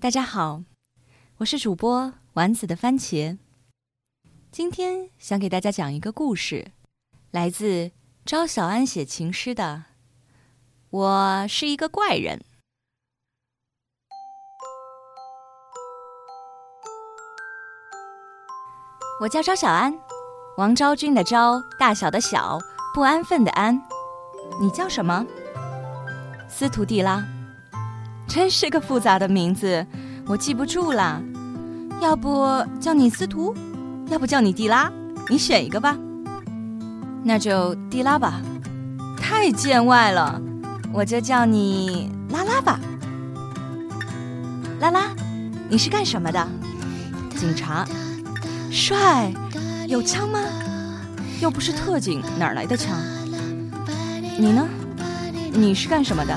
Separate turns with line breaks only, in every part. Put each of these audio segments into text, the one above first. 大家好，我是主播丸子的番茄。今天想给大家讲一个故事，来自张小安写情诗的《我是一个怪人》。我叫张小安，王昭君的昭，大小的小，不安分的安。你叫什么？斯图蒂拉，真是个复杂的名字，我记不住啦。要不叫你司徒，要不叫你蒂拉，你选一个吧。那就蒂拉吧，太见外了，我就叫你拉拉吧。拉拉，你是干什么的？警察。帅，有枪吗？又不是特警，哪儿来的枪？你呢？你是干什么的？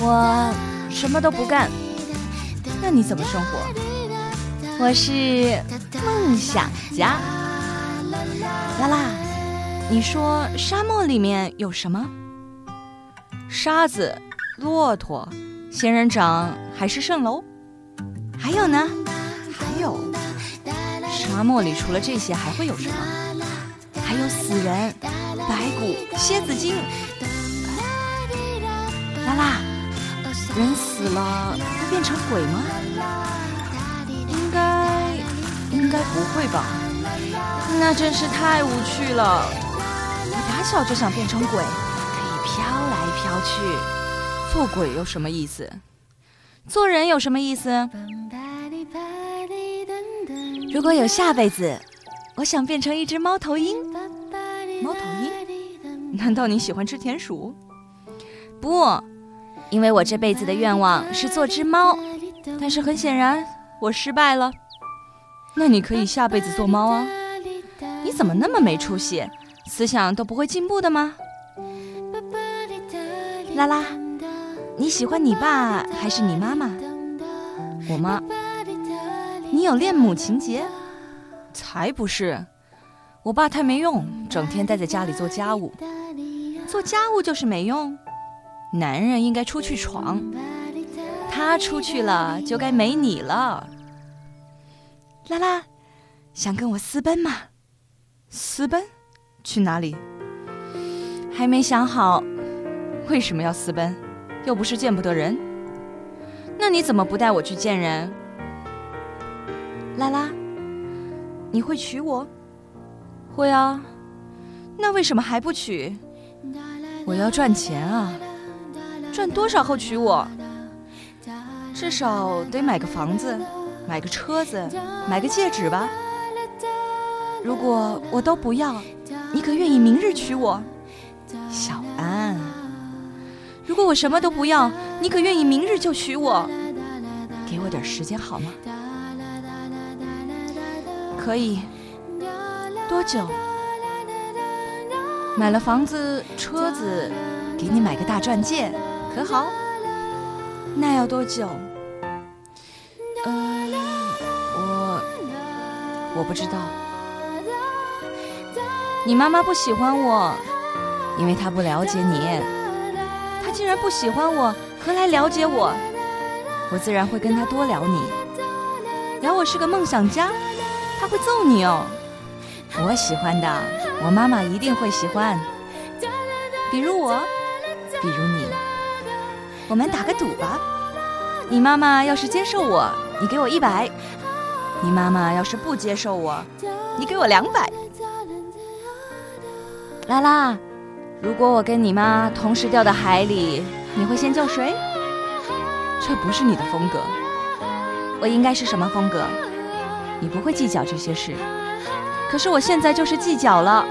我什么都不干。那你怎么生活？我是梦想家。拉拉，你说沙漠里面有什么？沙子、骆驼、仙人掌、海市蜃楼，还有呢？还有，沙漠里除了这些还会有什么？还有死人、白骨、蝎子精。拉拉，人死了会变成鬼吗？应该，应该不会吧？那真是太无趣了。我打小就想变成鬼，可以飘来飘去。做鬼有什么意思？做人有什么意思？如果有下辈子，我想变成一只猫头鹰。猫头鹰？难道你喜欢吃田鼠？不，因为我这辈子的愿望是做只猫，但是很显然我失败了。那你可以下辈子做猫啊？你怎么那么没出息？思想都不会进步的吗？拉拉，你喜欢你爸还是你妈妈？我妈。你有恋母情节？才不是！我爸太没用，整天待在家里做家务，做家务就是没用。男人应该出去闯，他出去了就该没你了。拉拉，想跟我私奔吗？私奔？去哪里？还没想好。为什么要私奔？又不是见不得人。那你怎么不带我去见人？拉拉，你会娶我？会啊。那为什么还不娶？我要赚钱啊！赚多少后娶我？至少得买个房子，买个车子，买个戒指吧。如果我都不要，你可愿意明日娶我？小安，如果我什么都不要，你可愿意明日就娶我？给我点时间好吗？可以，多久？买了房子、车子，给你买个大钻戒，可好？那要多久？呃，我我不知道。你妈妈不喜欢我，因为她不了解你。她既然不喜欢我，何来了解我？我自然会跟她多聊你，聊我是个梦想家。他会揍你哦！我喜欢的，我妈妈一定会喜欢。比如我，比如你，我们打个赌吧。你妈妈要是接受我，你给我一百；你妈妈要是不接受我，你给我两百。拉拉，如果我跟你妈同时掉到海里，你会先救谁？这不是你的风格。我应该是什么风格？你不会计较这些事，可是我现在就是计较了。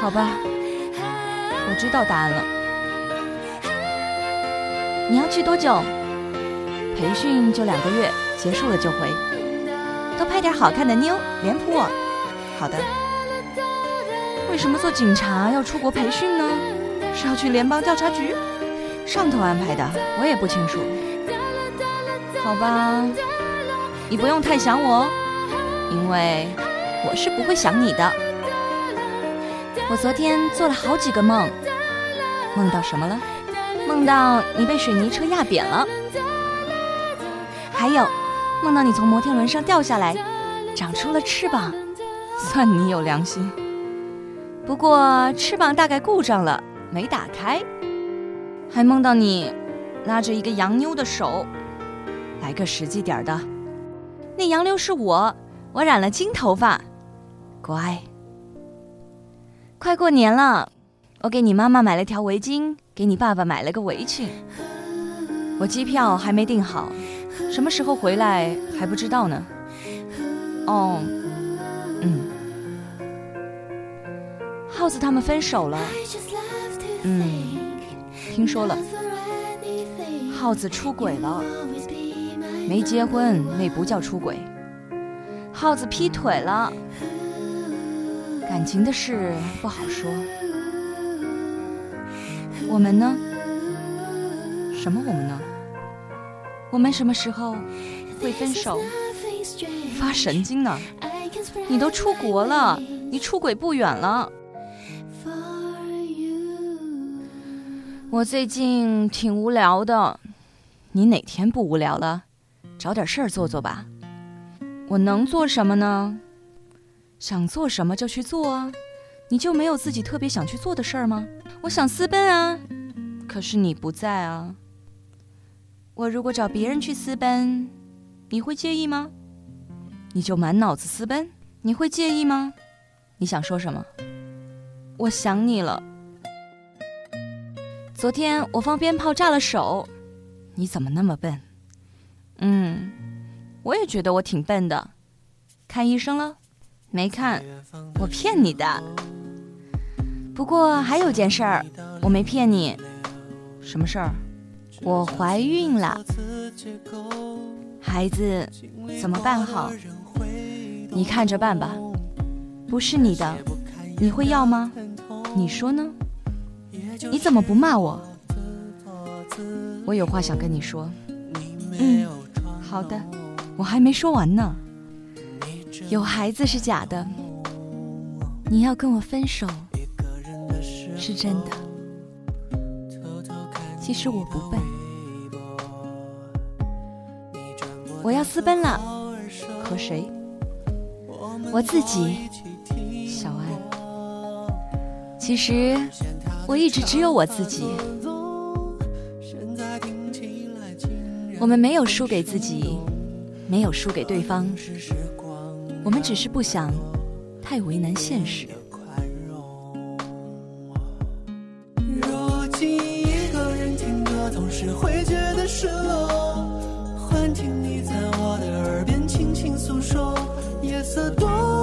好吧，我知道答案了。你要去多久？培训就两个月，结束了就回。多拍点好看的妞，脸谱我。好的。为什么做警察要出国培训呢？是要去联邦调查局？上头安排的，我也不清楚。好吧。你不用太想我，因为我是不会想你的。我昨天做了好几个梦，梦到什么了？梦到你被水泥车压扁了，还有梦到你从摩天轮上掉下来，长出了翅膀，算你有良心。不过翅膀大概故障了，没打开。还梦到你拉着一个洋妞的手，来个实际点儿的。那洋妞是我，我染了金头发，乖。快过年了，我给你妈妈买了条围巾，给你爸爸买了个围裙。我机票还没订好，什么时候回来还不知道呢。哦，嗯，耗子他们分手了，
嗯，
听
说
说
了
了，，
耗
耗
子
子出
出
轨
轨
了
了，，没
没结
结
婚
婚，
那不叫出轨。耗子劈腿了，感情的事不好说。我们呢？什么我们呢？我们什么时候会
会
分
分
手
手？，
发神经呢？
你
你
都
都
出
出
国
国
了
了，，你出轨不远了。我最近挺无聊的，你哪天不无聊了？找点事儿做做吧。我能做什么呢？想做什么就去做啊。你就没有自己特别想去做的事儿吗？我想私奔啊，可是你不在啊。我如果找别人去私奔，你会介意吗？你就满脑子私奔，你会介意吗？你想说什么？我想你了。昨天我放鞭炮炸了手，你怎么那么笨？嗯，我也觉得我挺笨的。看医生了？没看，我骗你的。不过还有件事儿，我没骗你。什么事儿？我怀孕了，孩子怎么办好？你看着办吧。不是你的，你会要吗？你说呢？你怎么不骂我？我有话想跟你说。嗯，好的，我还没说完呢。有孩子是假的，你要跟我分手是真的。其实我不笨，我要私奔了，和谁？我自己，小安。其实我一直只有我自己。我们没有输给自己，没有输给对方，我们只是不想太为难现实。
如今一个人听歌，总是会觉得失落。幻听你在我的耳边轻轻诉说，夜色多